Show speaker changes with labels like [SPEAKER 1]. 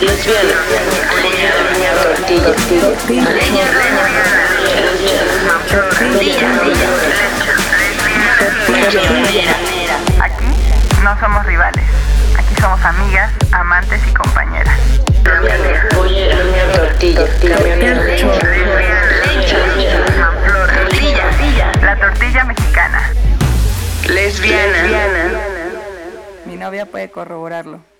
[SPEAKER 1] Los viernes, leña, leña, tortilla, tortilla, leña, leña, tortilla, leña,
[SPEAKER 2] Aquí no somos rivales, aquí somos amigas, amantes y compañeras.
[SPEAKER 1] leña, leña, leña, tortilla, tortilla,
[SPEAKER 2] La tortilla mexicana.
[SPEAKER 1] lesbiana, lesbiana.
[SPEAKER 2] Mi novia puede corroborarlo.